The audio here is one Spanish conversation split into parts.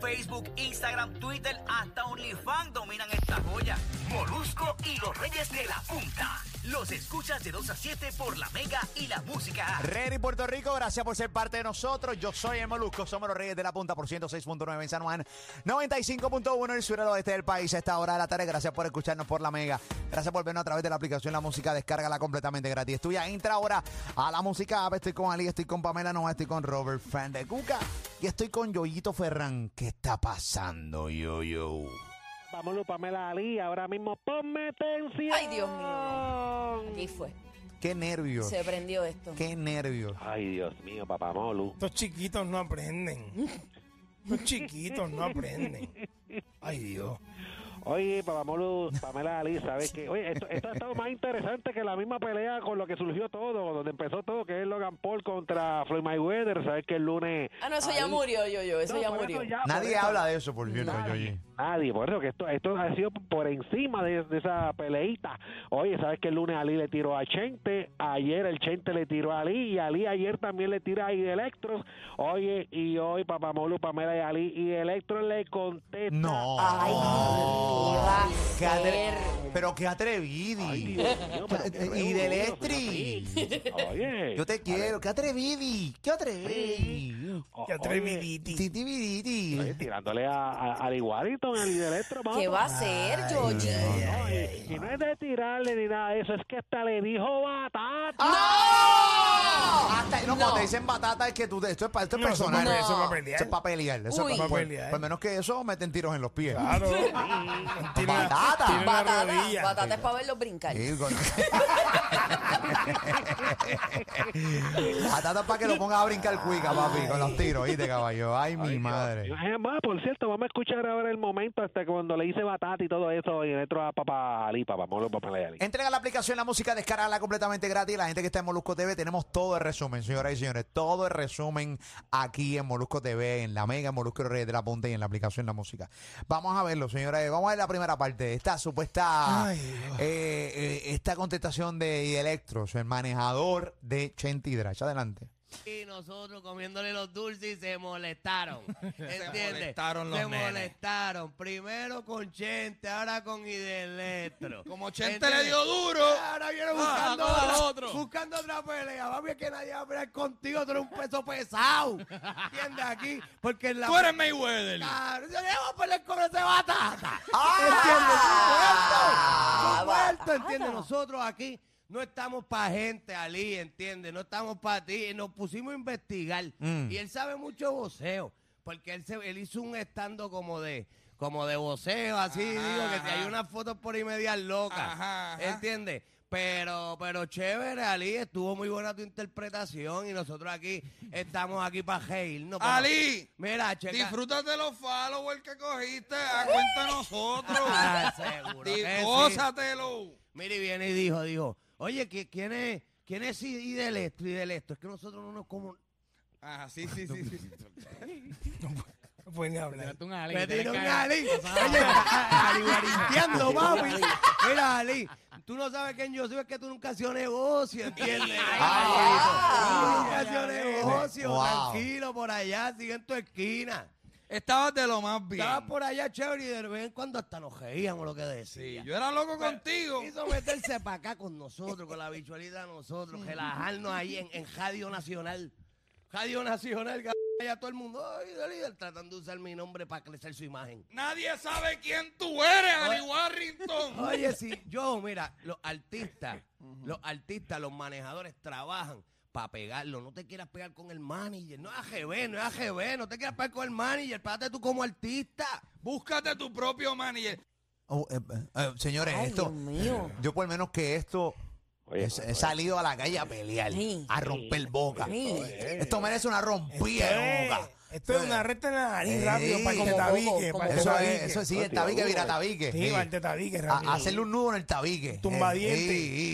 Facebook, Instagram, Twitter, hasta OnlyFans dominan esta joya. Molusco y los Reyes de la Punta. Los escuchas de 2 a 7 por la Mega y la Música. Ready Puerto Rico, gracias por ser parte de nosotros. Yo soy el Molusco, somos los Reyes de la Punta por 106.9 en San Juan, 95.1 en el sur y el oeste del país a esta hora de la tarde. Gracias por escucharnos por la mega. Gracias por vernos a través de la aplicación La Música, descárgala completamente gratis. Es tuya, entra ahora a la música app. Estoy con Ali, estoy con Pamela Nova, estoy con Robert Fan de Cuca y estoy con Yoyito Ferran. ¿Qué está pasando, yo yo? Vámonos, Pamela Ali, ahora mismo ponme tensión. Ay, Dios mío. Aquí fue. Qué nervios, Se prendió esto. qué nervios. Ay, Dios mío, papá Molu. Estos chiquitos no aprenden. Los chiquitos no aprenden. Ay, Dios. Oye, papá Molu, Pamela Ali, ¿sabes qué? Oye, esto, esto ha estado más interesante que la misma pelea con lo que surgió todo, donde empezó todo, que es Logan Paul contra Floyd Mayweather. ¿Sabes que el lunes... Ah, no, eso ya ahí- murió, yo, yo. Eso No, ya por murió. eso ya, por Nadie eso- habla de eso, por cierto, Yoyi. Nadie, por eso que esto, esto ha sido por encima de, de esa peleita. Oye, ¿sabes que el lunes Ali le tiró a Chente? Ayer el Chente le tiró a Ali y Ali ayer también le tira a Id Electro. Oye, y hoy Papamolu, Pamela y Ali y Electro le contesta. No. Ay, ¿qué va a Qué atre- ser? Pero qué atrevidi. Ay, Dios mío, pero qué Eh, revolú, y del no Estri. seas así. Oye. Yo te quiero. Qué atrevidi. Qué atrevidi. O- Qué atreviditi. Titibiditi. oye, oye, tirándole a, a, a Ali Warrington, a Id Electro. ¿Qué va a ser, yo, yo? No, y, y no es de tirarle ni nada de eso, es que hasta le dijo batata. Ah, Hasta- no, cuando te dicen batata es que tú, te- esto es, pa- esto es No, eso personal. no, eso Eso no es para pelear. es para pelear. Eso Uy. es para Para pelear. pelear. Por menos que eso, meten tiros en los pies. Claro. Tiene la- Batata. tiene la Batata, rodilla. batata es para verlos brincar. Sí, con- Batata para que lo pongas a brincar cuica, papi, con los tiros, ¿oíste, caballo? Ay, mi madre. Es más, por cierto, vamos a escuchar ahora el momento hasta cuando le hice batata y todo eso y dentro a papá Ali, papá Molo, papá Ali. Entrega la aplicación La Música, descargala completamente gratis. La gente que está en Molusco TV, tenemos todo el resumen, señoras y señores. Todo el resumen aquí en Molusco TV, en la Mega, en Molusco Reyes de la Punta y en la aplicación La Música. Vamos a verlo, señores. Vamos a ver la primera parte de esta supuesta, Ay, Dios. eh, eh, esta contestación de Electros, el manejador de Chente Hidrach. Adelante. y nosotros comiéndole los dulces y se molestaron. ¿Entiendes? molestaron los Se nenes. molestaron. Primero con Chente, ahora con Idelectro. Como Chente le dio duro, Ah, Ahora viene buscando, ahora con otra, otro. buscando otra pelea. Papi, es que nadie va a pelear contigo. Tú eres un peso pesado. ¿Entiendes? Aquí, porque en la. Tú eres Mayweather. Claro, yo le voy a pelear con ese batata. Ah. ¿Entiendes? Muerto, ¿entiendes? Nosotros aquí no estamos para gente, Ali, ¿entiendes? No estamos para ti. Y Nos pusimos a investigar. Y él sabe mucho voceo, porque él, se, él hizo un estando como de como de voceo, así, digo, que si hay unas fotos por ahí medias locas, Ajá, ajá. ¿entiendes? Pero, pero chévere, Ali, estuvo muy buena tu interpretación y nosotros aquí estamos aquí para reírnos. pa- Ali, Mira, checa. Disfrútate los followers que cogiste a cuenta de nosotros. Ah, seguro que sí. Disgózatelo. Mire, y viene y dijo, dijo, oye, ¿qui- ¿quién es, quién es y del esto y del esto? Es que nosotros no nos como... Ah, sí, sí, sí. sí. No pueden ni hablar. Me tiró un Ali. Oye, a- a- Ali guarinteando, papi. Mira, Ali, tú no sabes quién yo soy, es que tú nunca has sido negocio, ¿entiendes? Ah. Tú nunca has sido negocio, Wow. tranquilo, por allá, sigue en tu esquina. Estabas de lo más bien. Estabas por allá chévere y de vez en cuando hasta nos reíamos lo que Sí, decía. yo era loco contigo. Quiso meterse para acá con nosotros, con la bichuelita de nosotros, relajarnos ahí en, en Radio Nacional. Radio Nacional, cabrón. allá todo el mundo, ay, de líder, tratando de usar mi nombre para crecer su imagen. Nadie sabe quién tú eres, Ali Warrington. Oye, sí, yo, mira, los artistas, los artistas, los manejadores trabajan para pegarlo. No te quieras pegar con el manager. No es AGB, no es AGB. No te quieras pegar con el manager. Pégate tú como artista. Búscate tu propio manager. Oh, eh, eh, señores, Ay, esto. Dios mío. Yo, por menos que esto. Oye, he, he salido a la calle a pelear, Sí. a romper boca. Sí. Este Esto merece una rompida de boca. Esto es una recta en la nariz rápido Ey, para que te Pues, eh, como tabique. bobo, Para que te Eso, tabique. es, eso sí, el tabique, mira, tabique. Sí, Sí. para que te tabique A- rápido. hacerle un nudo en el tabique. Eh, Tumbadiente. Sí,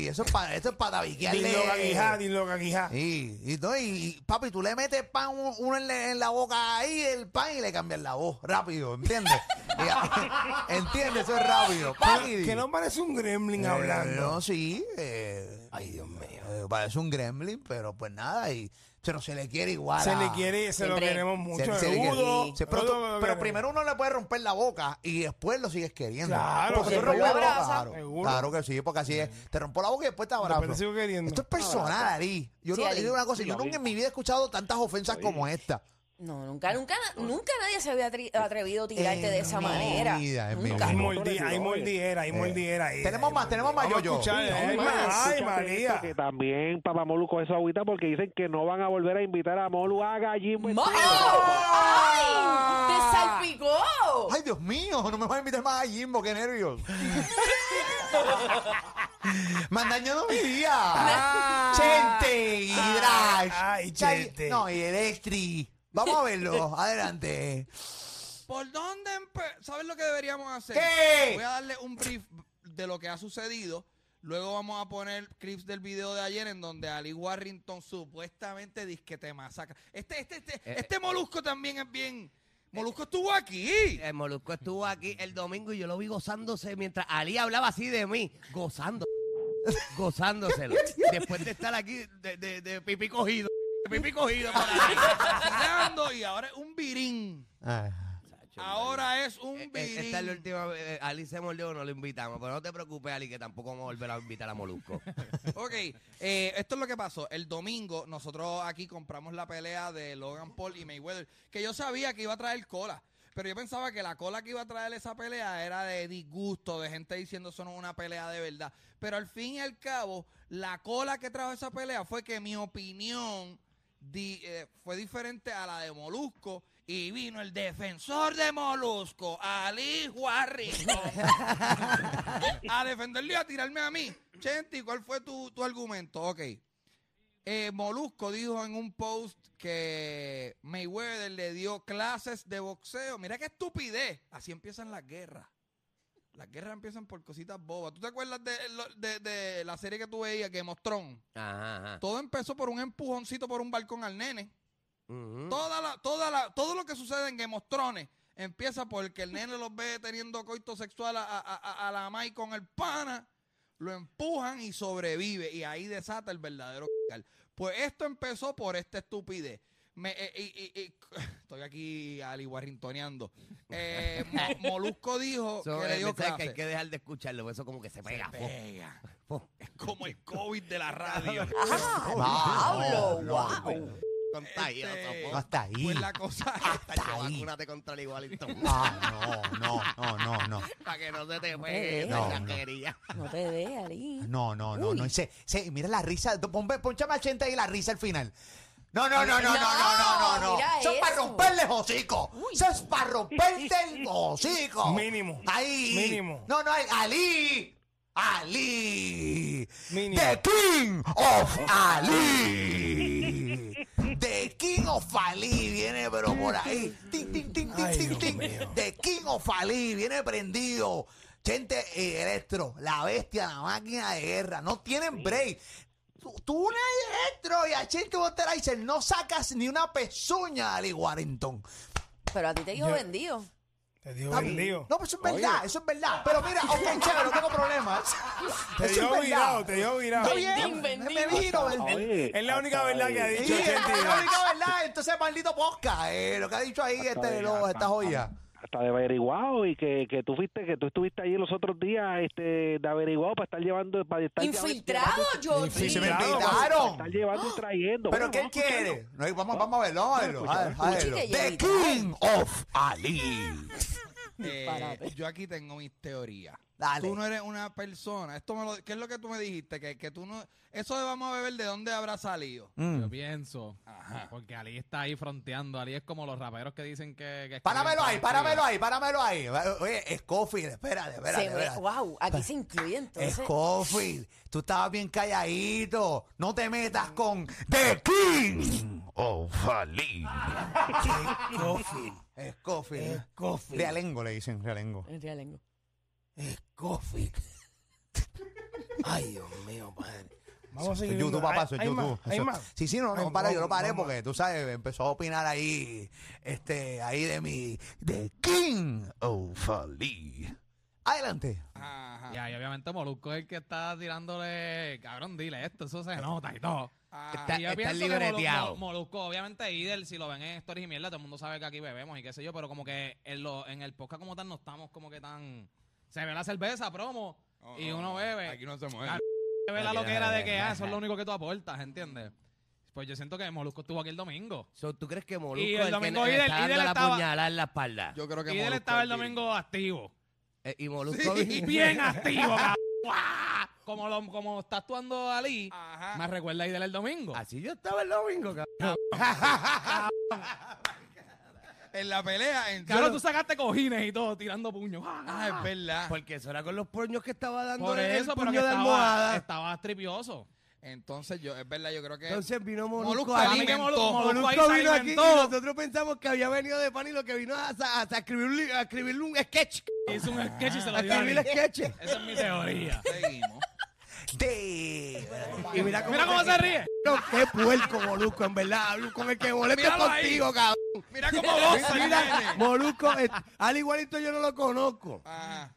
sí, eso es para eso es para tabiquearle. Dilo gaguijá, dilo gaguijá. Sí, y, no, y- y, papi, tú le metes pan un- uno en, la- en la boca ahí, el pan, y le cambias la voz rápido, ¿entiendes? Y- ¿Entiendes? Eso es rápido. Papi. Que no parece un gremlin Eh, hablando. No, sí. eh, ay, Dios mío. eh, parece un gremlin, pero pues nada, y, pero se le quiere igual. Se a- le quiere, se lo Siempre. queremos se- mucho. se le quiere- Rudo, se- pero, tú- Rudo, lo pero queremos. primero uno le puede romper la boca y después lo sigues queriendo. Claro, Porque sí, tú rompes lo la boca, abraza. Claro, Seguro. claro que sí, porque así es. Te rompo la boca y después te abrazo. Después te sigo queriendo. Esto es personal, Ari. Yo, Sí, no, Ali. yo digo una cosa, yo nunca en mi vida he escuchado tantas ofensas como esta. No, nunca, nunca, nunca nadie se había atri- atrevido a tirarte de esa mi manera. vida, en mi Nunca. Hay vida. moldi- hay mordiera, hay mordiera ahí. Eh. Tenemos más, tenemos más Vamos a yo-yo. escuchar, Sí, hay vamos más. a Ay, Escúchate esto, María. Que también Papá Molu coge su agüita porque dicen que no van a volver a invitar a Molu a Gallín ¡Mo- ¡Ay! ¡Te salpicó! Ay, Dios mío, no me vas a invitar más a Jimbo, qué nervios. me han dañado mi día. Chente y Drash. ay, Chay- Chente. No, y Electri. Vamos a verlo, adelante. ¿Por dónde empe- ¿Sabes lo que deberíamos hacer? ¿Qué? Voy a darle un brief de lo que ha sucedido. Luego vamos a poner clips del video de ayer en donde Ali Warrington supuestamente dice que te masacra. Este, este, este, Eh, este molusco también es bien. Molusco estuvo aquí. eh, El Molusco estuvo aquí el domingo y yo lo vi gozándose mientras Ali hablaba así de mí, gozando, gozándoselo. Después de estar aquí de, de- de pipí cogido, de pipí cogido para Ali. Tirando, y ahora es un virín. Ah, Ahora es un Eh, eh, virín. Esta es la última vez. eh, Ali se mordió, no lo invitamos. Pero no te preocupes, Ali, que tampoco vamos a volver a invitar a Molusco. Ok, eh, esto es lo que pasó. El domingo nosotros aquí compramos la pelea de Logan Paul y Mayweather, que yo sabía que iba a traer cola. Pero yo pensaba que la cola que iba a traer esa pelea era de disgusto, de gente diciendo eso no es una pelea de verdad. Pero al fin y al cabo, la cola que trajo esa pelea fue que mi opinión di- eh, fue diferente a la de Molusco. Y vino el defensor de Molusco, Ali Warrington a defenderlo y a tirarme a mí. Chenti, ¿cuál fue tu, tu argumento? Ok. Eh, Molusco dijo en un post que Mayweather le dio clases de boxeo. Mira qué estupidez. Así empiezan las guerras. Las guerras empiezan por cositas bobas. ¿Tú te acuerdas de, lo- de- de la serie que tú veías, Game of Thrones? Ajá, ajá. Todo empezó por un empujoncito por un balcón al nene. Ujú. Toda la, toda la, todo lo que sucede en Game of Thrones empieza porque el nene los ve teniendo coito sexual a, a- a- a la Mai con el pana, lo empujan y sobrevive. Y ahí desata el verdadero c***al. Pues esto empezó por esta estupidez. Me- eh, eh, eh, eh, estoy aquí aliwarrintoneando. Eh, Mo- Molusco dijo Eso, que eh, le dio ¿sabes que clase. hay que dejar de escucharlo, porque eso como que se pega. po. Pega. Es como el COVID de la radio. ¡Pablo! ¡Wow! Contagioso, Este, po. Hasta ahí. Pues la cosa Tacho, ahí. vacúnate contra el igualito. Ah, no, no, no, no, no. Para que Eh, no se te pegue No, esa no. quería. No te ve, Ali. No, no, no, no. Y se- se- mira la risa. Ponme, ponchame a Chente y la risa al final. No, no, no, no, no, no, no, no. mira Eso es para eso. romperle el hocico. Eso es para romperte el hocico. Mínimo. Ahí. Mínimo. No, no, Ali. Ali. Mínimo. The King of Ali. The King of Ali viene, pero por ahí. Tin, tin, tin, tin, Ay, tin, Dios tin. mío. The King of Ali viene prendido. Gente, eh, Electro, la bestia, la máquina de guerra. No tienen break. Tú, tú una Electro y a Chente Boterizer no sacas ni una pezuña Ali Warrington. Pero a ti te dijo Yo- vendido. Te digo Está vendido. bien. No, pero eso es verdad, eso es verdad. Pero mira, ok, chévere, no tengo problemas. Te Eso es dio verdad. virado, te dio virado. Está bien, Bendito, me vino. el- Oye, Es la única hasta verdad que ha ahí. Sí, dicho es la Chente. única verdad. Entonces, maldito posca, eh, lo que ha dicho ahí este, ahí, lo, hasta- esta joya. hasta de averiguado y que, que tú fuiste que tú estuviste allí los otros días este de averiguado para estar llevando para estar Infiltrado, yo. Sí, se me para invitaron. estar llevando y trayendo ¿Pero Bueno, qué él vamos a ¿Ah? escucharlo. quiere? No, vamos, vamos a verlo, vamos a verlo. Escucha, a ver, a escucha. verlo. Sí, que The llega King of Ali. Eh, Disparate. yo aquí tengo mis teorías. Dale. Tú no eres una persona. Esto me lo- ¿Qué es lo que tú me dijiste? Que, que tú no. Eso de vamos a beber, ¿de dónde habrá salido? Yo pienso. Porque Ali está ahí fronteando. Ali es como los raperos que dicen que. que Páramelo ahí, escriben páramelo poesía. ahí, páramelo ahí. Oye, Scofield, espérate, espérate. Se ve- espérate. wow, aquí se incluye entonces. Scofield, tú estabas bien calladito. No te metas con The King of Ali. Scofield. Scofield. Scofield. Realengo le dicen, realengo. En realengo. Scofield. Ay, Dios mío, padre. Vamos a Eso es seguir. YouTube, viendo. papá, Hay- eso es hay YouTube. más, hay Eso- más. Sí, sí, no, no, Ay, para, yo vamos, lo paré vamos. porque tú sabes, empezó a opinar ahí, este, ahí de mi, The King of Ali. Adelante. Y ahí, obviamente, Molusco es el que está tirándole. Cabrón, dile esto. Eso se nota y todo. Ah. Está- Y yo está pienso que libreteado. Molu- Mol- Molusco, obviamente, Idel, si lo ven en stories y mierda, todo el mundo sabe que aquí bebemos y qué sé yo, pero como que en, lo, en el podcast como tal no estamos como que tan... Se ve la cerveza, promo, y no, uno no, bebe. Oh, aquí no se mueve. Ah, Se ve la Aquí no loquera se de que mueve. ah, eso es lo único que tú aportas, ¿entiendes? Pues yo siento que Molusco estuvo aquí el domingo. So, ¿Tú crees que Molusco Y es el que domingo le Idel, está dando Idel la estaba... puñalada en la espalda? Yo creo que Idel Molusco estaba el es domingo activo. Eh, y Molusco Sí, bien activo, cabrón. ¡Guau! Como, lo- como está actuando Ali, me recuerda a Idel el domingo. Así yo estaba el domingo, cabrón. En la pelea, en Claro, tú sacaste cojines y todo, tirando puños. Ah, es verdad. Porque eso era con los puños que estaba dando Por el eso, pero puño que de estaba, almohada. estaba tripioso. Entonces yo, es verdad, yo creo que. Entonces vino Molusco Molusco para aquí. mí que Molu- Molusco, Molusco ahí se vino aquí y alimentó. nosotros pensamos que había venido de pan y lo que vino a, a- a escribir, un, li- a escribir un sketch. Hizo un sketch y se A lo dio a escribir Ali. sketch. Esa es mi teoría. Seguimos. De... Y mira cómo, Mira cómo te- se ríe. No, qué puerco, Molusco, en verdad. Hablo con el que molesta es Míralo ahí. contigo, cabrón. Mira cómo goza, Mira, nene. Molusco, es- al igualito yo no lo conozco. Ajá.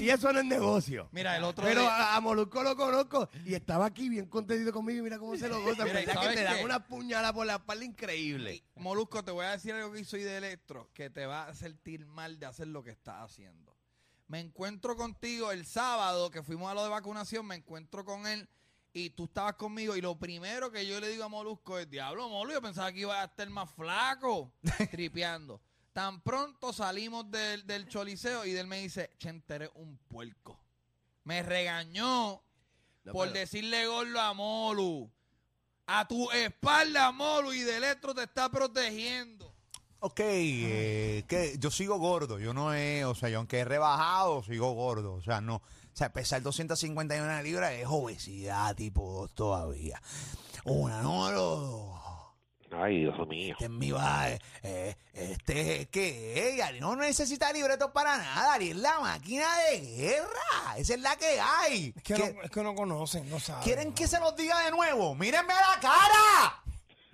Y eso no es negocio. Mira, el otro. Pero día- a, a Molusco lo conozco y estaba aquí bien contentito conmigo y mira cómo se lo goza. Mira, ¿verdad ¿sabes que te dan qué? una puñalada por la espalda increíble. Molusco, te voy a decir algo que soy de Electro, que te va a sentir mal de hacer lo que estás haciendo. Me encuentro contigo el sábado que fuimos a lo de vacunación, me encuentro con él y tú estabas conmigo y lo primero que yo le digo a Molusco es, diablo, Molu, yo pensaba que iba a estar más flaco, tripeando. Tan pronto salimos del, del choliseo y él me dice, Chente, eres un puerco. Me regañó No, por pero- decirle gordo a Molu. A tu espalda, Molu, y de electro te está protegiendo. Ok, eh, que yo sigo gordo, yo no he, o sea, yo aunque he rebajado, sigo gordo, o sea, no, o sea, pesar 251 libras es obesidad tipo 2 todavía. Una, no, no, Ay, Dios mío. este es mi bar, eh, este es que, eh, Ari no necesita libretos para nada, Ari es la máquina de guerra, esa es la que hay. Es que, Que- no, es que no conocen, no saben. ¿Quieren que se los diga de nuevo? ¡Mírenme a la cara!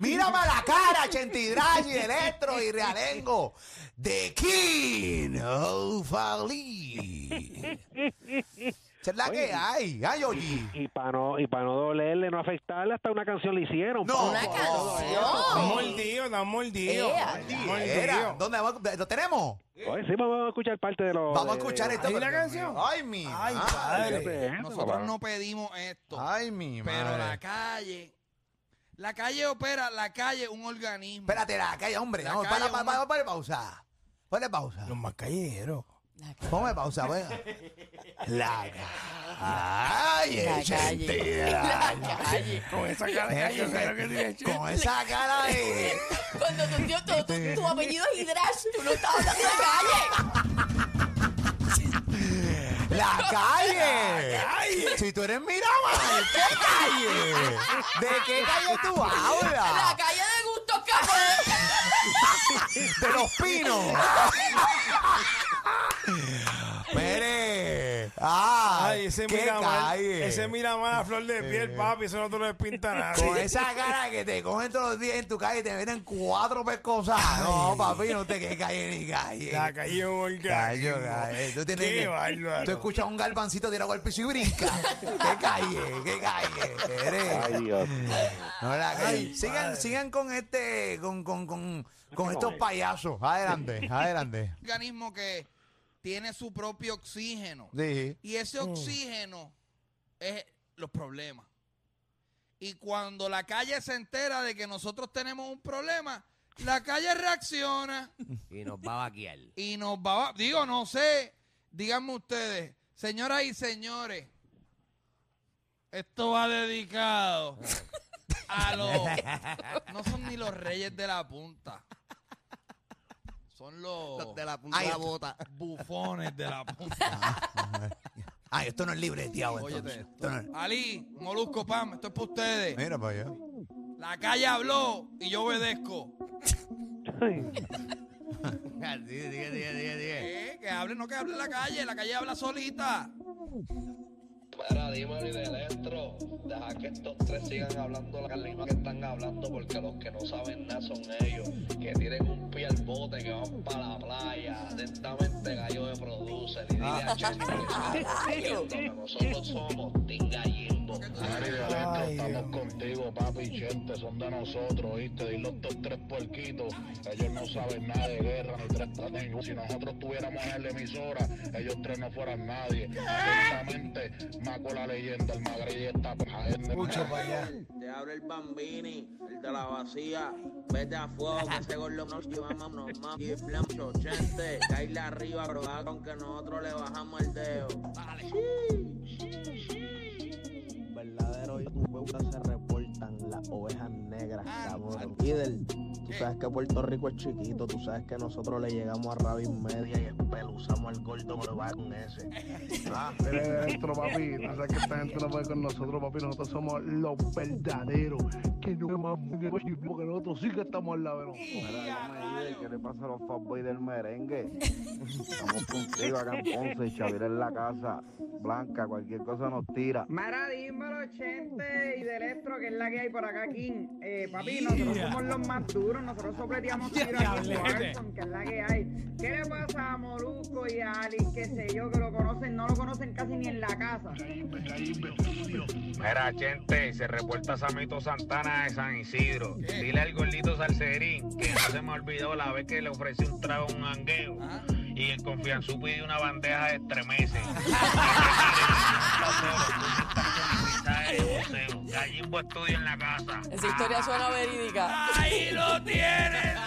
¡Mírame a la cara, Chentidrachi, Electro y Realengo! ¡The King of Ali! Esa es la que hay. ¡Ay, oye! Y para no, y para no dolerle, no afectarle, hasta una canción le hicieron. ¡No! Una Están canción. mordidos, están mordidos. Ea. Están Era. mordidos. ¿Dónde vamos? ¿Lo tenemos? Oye, sí, vamos a escuchar parte de los. Vamos a de- escuchar de- este. esto. ¿Hay una porque- canción? ¡Ay, mi Ay, madre! Fíjate padre. eso, Nosotros papá. no pedimos esto. ¡Ay, mi madre! pero la calle, la calle opera, la calle es un organismo. Espérate, la calle, hombre. La Vamos, calle, para, para, hombre. para, ponle pausa. Ponle pausa. Los más callejeros. Ponme pausa, venga. La calle, La calle. gente, la Calle. Con esa cara de gallo, ¿sabes lo que tiene Chente? Con esa cara de... Este- Cuando tu, tío, tu, tu- tu apellido es Hidrash, tú no estás hablando de calle. ¡La calle! Si tú eres Miramar, ¿qué calle? ¿De qué calle tú La hablas? calle de Gusto Capo. ¡De los pinos! ¡Mire! ¡Ah! Ay, ese ¿Qué Miramar, calle? ese Miramar a flor de piel, papi, eso no te lo pinta Con nadie. esa cara que te cogen todos los días en tu calle y te vienen cuatro pescosas. No, papi, no te que calle ni calle. La calle un Gallo, organismo. gallo. Tú, tienes Qué que- bárbaro. tú escuchas un galvancito tirado al piso y brinca. ¡Qué calle! ¡Qué calle! eres? Ay, Dios. No, la que- sigan, sigan con este, con, con, con, con estos payasos. Adelante, adelante. organismo que tiene su propio oxígeno. Sí. Y ese Mm. oxígeno es los problemas. Y cuando la calle se entera de que nosotros tenemos un problema, la calle reacciona Y nos va a vaquear. y nos va. Digo, no sé. Díganme ustedes, señoras y señores, esto va dedicado a los. No son ni los reyes de la punta. Son los. Los de la punta de la bota. Bufones de la punta. Ay, esto no es libreteado. entonces. Óyete Esto no es- Ali, Molusco, Pam, esto es para ustedes. Mira para allá. La calle habló y yo obedezco. Ah, ¿Eh? Que hable, no que hable la calle, la calle habla solita. Mira, dímelo y de electro. Deja que estos tres sigan hablando la calima que están hablando, porque los que no saben nada son ellos. Que tiren un pie al bote, que van para la playa. Atentamente, gallo de produce. Y dile a Chente que estamos viendo que nosotros somos Tinga Jimbo. Mira, y de electro, estamos contigo, papi y Chente, son de nosotros, ¿viste? Dile a estos tres puerquitos. Ellos no saben nada de guerra ni tres traten. Si nosotros tuviéramos en la emisora, ellos tres no fueran nadie. Atentamente, Maco la leyenda, el Magre y esta Mucho para allá. Te abre el bambini, el de la vacía. Vete a fuego, que ese gordo nos llevamos nomás. Y plan 80, caíle arriba, probá con que nosotros le bajamos el dedo. verdadero y tu pueblo se reportan las ovejas negras, cabrón. Líder, tú sabes que Puerto Rico es chiquito, tú sabes que nosotros le llegamos a rabia media y espeluzamos al gordo que va con ese. Ah, Eres electro, papi. O sea que esta gente no puede con nosotros, papi. Nosotros somos los verdaderos. Que no más que porque nosotros sí que estamos al lado. ¿Qué le pasa a los fanboys del merengue? Estamos contigo acá en Ponce, Xavier en la casa. Blanca, cualquier cosa nos tira. Mara, dímelo, Chente y de Electro, que es la que hay por acá, King. Eh, papi, nosotros Yeah. somos los más duros, nosotros sopleteamos tiro aquí en Washington, que es la que hay. ¿Qué le pasa a Molusco y a Ali, qué sé yo, que lo conocen, no lo conocen casi ni en la casa? Mira, gente, se reporta Samito Santana de San Isidro. Dile al gordito Salserín que no se me olvidó la vez que le ofrecí un trago a un angueo. Y el confianzú pidió una bandeja de estremece. Gallimbo estudia en la casa. Esa historia suena verídica. Ahí lo tienes.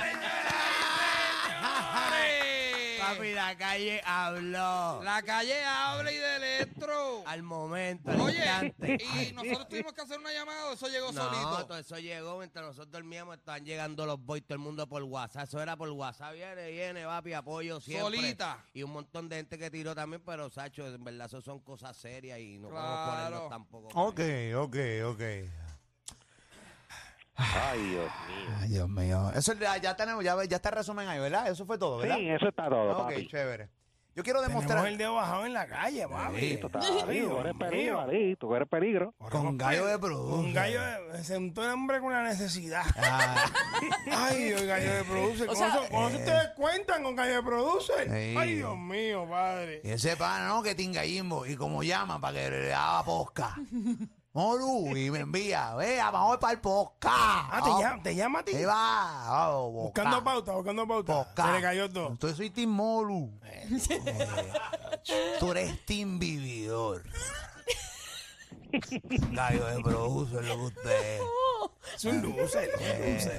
Papi, la calle habló. La calle habla y de electro. Al momento, al instante. Y nosotros tuvimos que hacer una llamada, eso llegó No, solito. todo eso llegó mientras nosotros dormíamos, estaban llegando los boys, todo el mundo por WhatsApp. Eso era por WhatsApp, viene, viene, papi, apoyo siempre. Solita. Y un montón de gente que tiró también, pero Sacho, en verdad, eso son cosas serias y no podemos Claro. ponernos tampoco. Ok, ok, ok. Ay, Dios mío. Ay, Dios mío. Eso ya, ya tenemos, ya, ya está el resumen ahí, ¿verdad? Eso fue todo, Sí, ¿verdad? eso está todo, Ok, papi. chévere. Yo quiero demostrar. el dedo bajado en la calle, papi. Sí, tú eres peligro, Ali, tú eres peligro. Con gallo de produce. Un gallo de, se untó el hombre con una necesidad. Ah, Ay, Dios, gallo de produce. O ¿Cómo, sea- son- cómo se ustedes cuentan con gallo de produce? eh. Sí. Ay, Dios mío, padre. Y ese pana, ¿no? Que tinga Jimbo. Y como llama para que le haga posca. Moru, y me envía. Vea, vamos para el posca. Ah, te llama- te llama a ti. Te va. vamos, Buscando pauta, buscando pauta. posca. Se le cayó todo. Eh, Entonces soy Tim Moru. Tú eres Tim Vividor. Gallo de produce es lo que usted es. Es un loser, Eh, es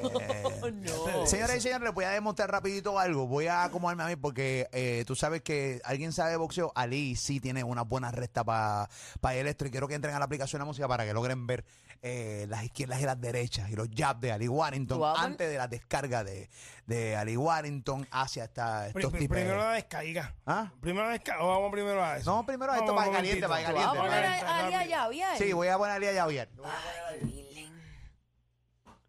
un loser. Señoras y señores, les voy a demostrar rapidito algo. Voy a acomodarme a mí porque eh, tú sabes que alguien sabe de boxeo. Ali sí tiene una buena resta para pa electro. Y quiero que entren a la aplicación de la música para que logren ver eh, las izquierdas y las derechas y los jabs de Ali Warrington ¿Tú vas a poner? antes de la descarga de, de Ali Warrington hacia esta, Pri- estos pri- tipos. primero la descarga. ¿Ah? Primero la descarga. O vamos primero a eso. No, primero a esto para el caliente, para el caliente. Sí, voy a poner a Ali allá bien.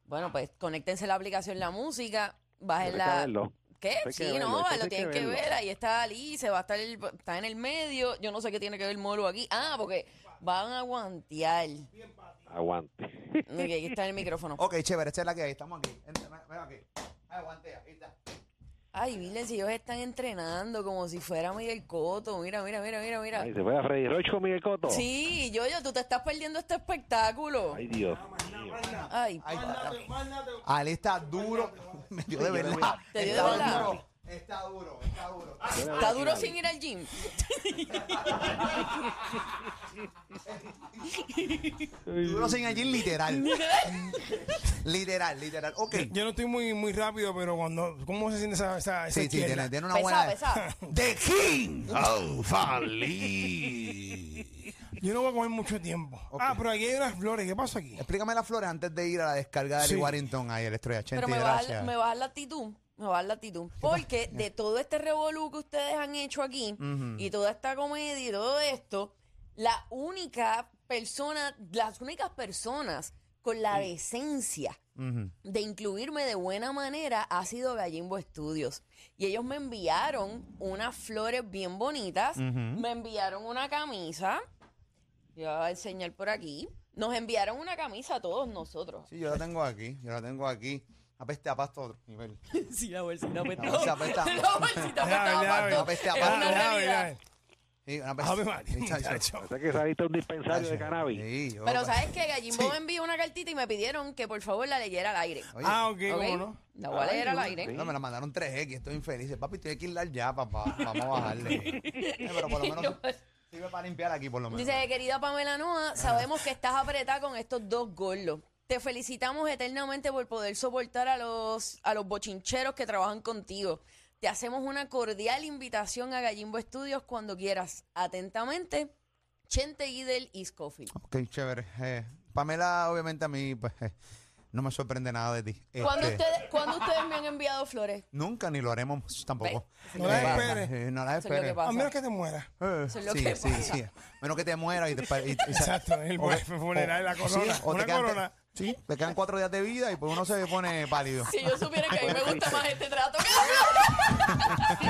Bueno, pues conéctense la aplicación La Música, bajen Hay que la... verlo. ¿Qué? Hay que Sí, verlo, no, eso hay lo que tienen que verlo. ver. Ahí está Ali, se va a estar, el- está en el medio. Yo no sé qué tiene que ver Molo aquí. Ah, porque van a guantear. Aguante. Ok, aquí está el micrófono. Ok, chévere, esta es la que hay. Estamos aquí. Entra, ven- ven aquí. Aguante, ahí está. Ay, miren, si ellos están entrenando como si fuera Miguel Coto. Mira, mira, mira, mira, mira. Ahí se fue a Freddy Roach con Miguel Cotto. Sí, yo, yo, tú te estás perdiendo este espectáculo. Ay, Dios. mío. Ay, Ay, papá. Ali Ah, está duro. Me dio de verdad. Te dio de Está verdad. duro. Está duro, está duro. Ah, Está duro sin ir al gym. Duro sin allí, literal. literal, literal. Ok. Yo no estoy muy, muy rápido, pero cuando. ¿Cómo se siente esa, esa, esa Sí, sí, izquierda? tiene- tiene una Pesado, Pues, buena- ¡The King! of Yo no voy a comer mucho tiempo. Ah, pero aquí hay unas flores. ¿Qué pasa aquí? Explícame las flores antes de ir a la descarga de Ali Sí. Warrington. Ahí el Estrella 80. Pero me va, a gracias. dar, me va a dar la actitud. Me va a dar la actitud. Porque de todo este revolú que ustedes han hecho aquí Ujú. y toda esta comedia y todo esto, la única persona, las únicas personas con la decencia Ujú. de incluirme de buena manera ha sido Gallimbo Studios. Y ellos me enviaron unas flores bien bonitas, Ujú. me enviaron una camisa, yo la voy a enseñar por aquí, nos enviaron una camisa a todos nosotros. Sí, yo la tengo aquí. Yo la tengo aquí. Apeste a pasto a otro nivel. sí, la bolsita pues, apesta. La bolsita apesta. La bolsita apesta a Déjame, pasto. déjame, Es apesta a una pasto. realidad. Sí, una peste- Ave María, Sí, chacho. muchacho. que saliste un dispensario de cannabis. Sí, yo- Pero ¿sabes qué? Gallimbo me envió una cartita y me pidieron que por favor la leyera al aire. Oye. Ah, La voy a leer al Ay, aire. No, me la mandaron 3X, estoy infeliz. Papi, estoy aquí en ya, papá. Vamos a bajarle. Eh, pero por lo menos sirve para limpiar aquí, por lo menos. Dice, querida Pamela Noa, sabemos que estás apretada con estos dos gorlos. Te felicitamos eternamente por poder soportar a los, a los bochincheros que trabajan contigo. Te hacemos una cordial invitación a Gallimbo Estudios cuando quieras. Atentamente, Chente Idel y Scofield. Ok, chévere. Eh, Pamela, obviamente a mí, pues, eh, no me sorprende nada de ti. ¿Cuándo, Este, ustedes, cuándo ustedes me han enviado flores? Nunca ni lo haremos tampoco. Ve, eso es lo que Eh, pasa. eh, no Eso las es lo que esperes. pasa. A menos que te mueras. Eh, Eso es lo sí, que sí, pasa. sí. Menos que te mueras y te. pa- y- y- Exacto, el o- funeral, o- la corona, sí, o te una quedan- corona. Sí, te quedan cuatro días de vida y pues uno se pone pálido. Si yo supiera que a mí me gusta más este trato que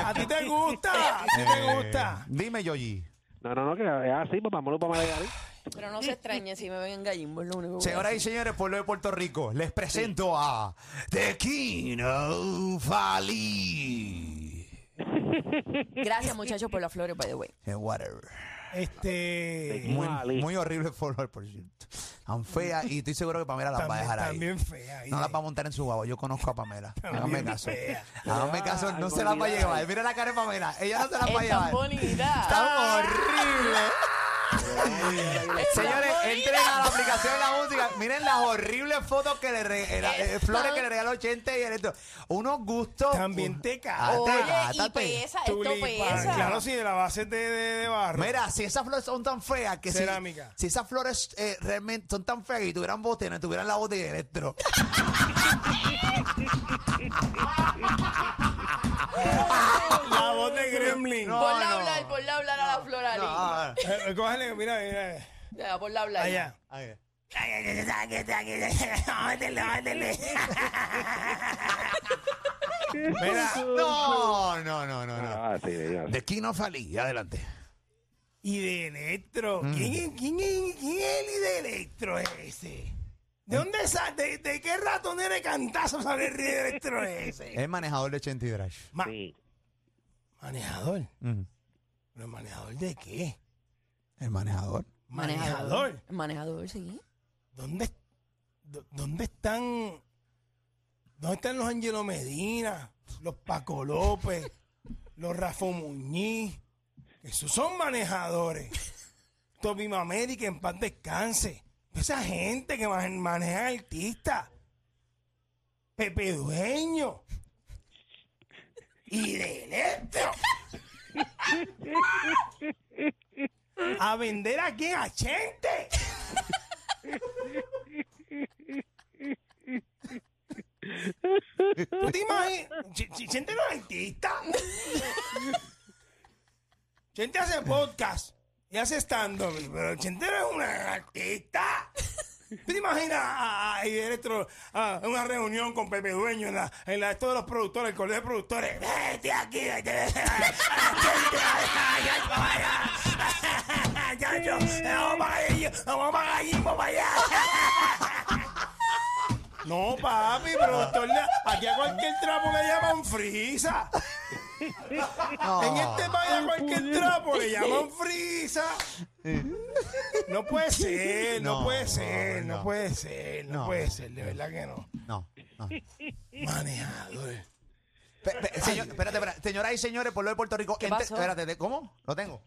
A ti te gusta, a ti te Eh, gusta. Dime, Yoyi. No, no, no, que es así, pues, papá, vámonos para Margarita. Pero no se extrañen si me ven en Gallimbo, es lo único que voy a Señoras y decir. señores, pueblo de Puerto Rico, les presento a The King of Ali. Gracias, muchachos, por las flores, by the way. Eh, Whatever. Este. Muy, muy horrible follower, por cierto. Tan fea y estoy seguro que Pamela las va a dejar ahí. También fea. No las va a montar en su guagua. Yo conozco a Pamela. Háganme También caso. fea. Ah, Háganme caso. No se las va a llevar. Mira la cara de Pamela. Ella no se las va a Es tan llevar. bonita. Está horrible. Ah. Señores, bonita. entren a la aplicación de la música. Miren las horribles fotos que le re- eh, la- eh, flores que le regaló 80 y el esto. Unos gustos. También te Oye, y pues, pesa, esto pesa. Claro, sí, de la base de, de- de barro. Mira, si esas flores son tan feas que si- Cerámica. Si, esas flores eh, realmente son tan feas que si tuvieran bote, no tuvieran la bote de electro. La voz de Gremlin. Por la hablar, por la hablar a la flor, Ali. Ah, Eh, eh, Cógele, mira, mira. eh. Ya, por la hablar. Allá. Mira, no, no, no, no. no. Ah, De Kino Falí, adelante. Y de Electro. Mm. ¿Quién, es- quién es- quién es el de Electro ese? Eh. ¿De dónde sale? ¿De, de qué ratonera de cantazo sale el de Electro ese? Es manejador de 80 y Drash. Manejador. Ujú. ¿Pero manejador de qué? El manejador. Manejador. Manejador, sí. ¿Dónde, dó- ¿Dónde están? ¿Dónde están los Angelo Medina? Los Paco López, los Rafa Muñiz. Esos son manejadores. Tommy Mameri, que en paz descanse. Esa gente que mane- maneja artistas. Pepe Dueño. Y de electro. ¿A vender a quién? ¿A gente? ¿Tú te imaginas? Ch- ch- Chente no es artista. Chente hace podcast y hace stand-up, pero Chente no es una artista. ¿Tú te imaginas a, a- a- y Electro, a una reunión con Pepe Dueño en la, en la esto de los productores, el colegio de productores? Vete aquí, vete. Chacho, vamos para allí, vamos para allí, vamos para allá. No, papi, pero doctor, le- aquí a cualquier trapo le llaman frisa. En este país a cualquier trapo le llaman frisa. No puede ser, no, No, puede ser, no, no. puede ser, no, No. puede ser, de verdad que no. No, no. Manejador. Pe- pe- señor- espérate, espérate. Señoras y señores, pueblo de Puerto Rico. ¿Qué ente- pasó? Espérate, de- ¿cómo? Lo tengo.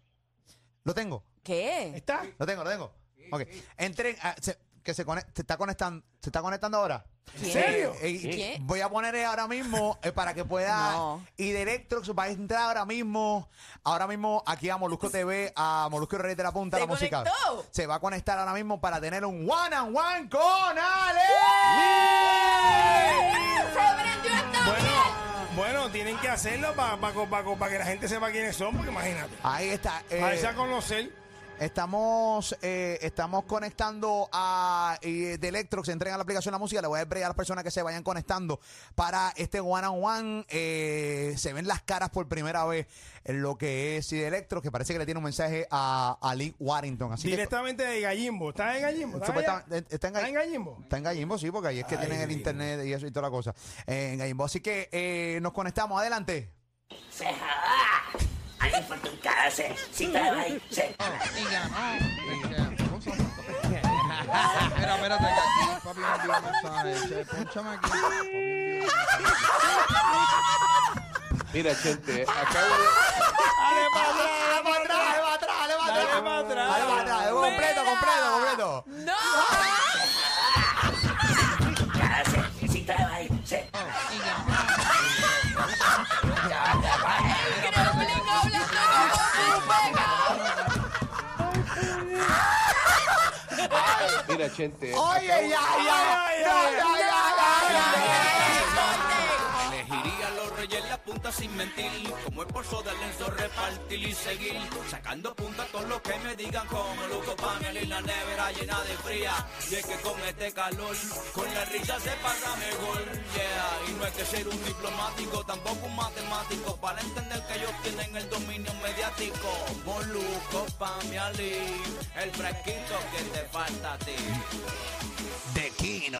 Lo tengo. ¿Qué? ¿Está? Lo tengo, lo tengo. Ok. Entren. a- se- que se, conect- se está conectando. ¿Se está conectando ahora? ¿En serio? Eh, eh, ¿Quién? Voy a poner ahora mismo eh, para que pueda. Y de Electrox va a entrar ahora mismo. Ahora mismo aquí a Molusco TV, a Molusco y Reyes de la Punta, ¿Se la música. conectó? Se va a conectar ahora mismo para tener un one and one con Ale. Bueno, tienen que hacerlo para que la gente sepa quiénes son, porque imagínate. Ahí está. eh, Parece a conocer. Estamos, eh, estamos conectando a eh, de Electrox, entren a la aplicación la música, le voy a bregar a las personas que se vayan conectando para este one on one. eh, se ven las caras por primera vez en lo que es de Electrox, que parece que le tiene un mensaje a, a Lee Warrington. Así que Directamente de Gallimbo. ¿Estás en Gallimbo? ¿Estás allá? Supuestamente, está en, Gall- Está en Gallimbo, sí, porque ahí es que tienen el internet y eso y toda la cosa. eh, en Gallimbo. Así que eh, nos conectamos, adelante. Se joda. Alguien fue tu casa, si te la doy, se Y ganó. Espera, espérate, que aquí papi me envió un mensaje. Che, Pónchame aquí. Papi me envió un mensaje. Mira, gente, acabo de. Dale para atrás, dale para atrás, dale para atrás, dale para atrás. Dale para atrás, completo, completo, completo. casa, si te la doy, se Mira, gente. Oye, ya, ya, ya, ya, Elegiría los reyes la punta sin mentir, como el pozo de Lenzo repartir y seguir, sacando punta con lo que me digan como Luco Panel y la nevera llena de fría. Y es que con este calor, con la risa se pasa mejor, yeah. Y no hay que ser un diplomático, tampoco un matemático, para entender que ellos tienen el dominio mediático. Moluco Pamiali, el fresquito que te falta a ti. De Kino.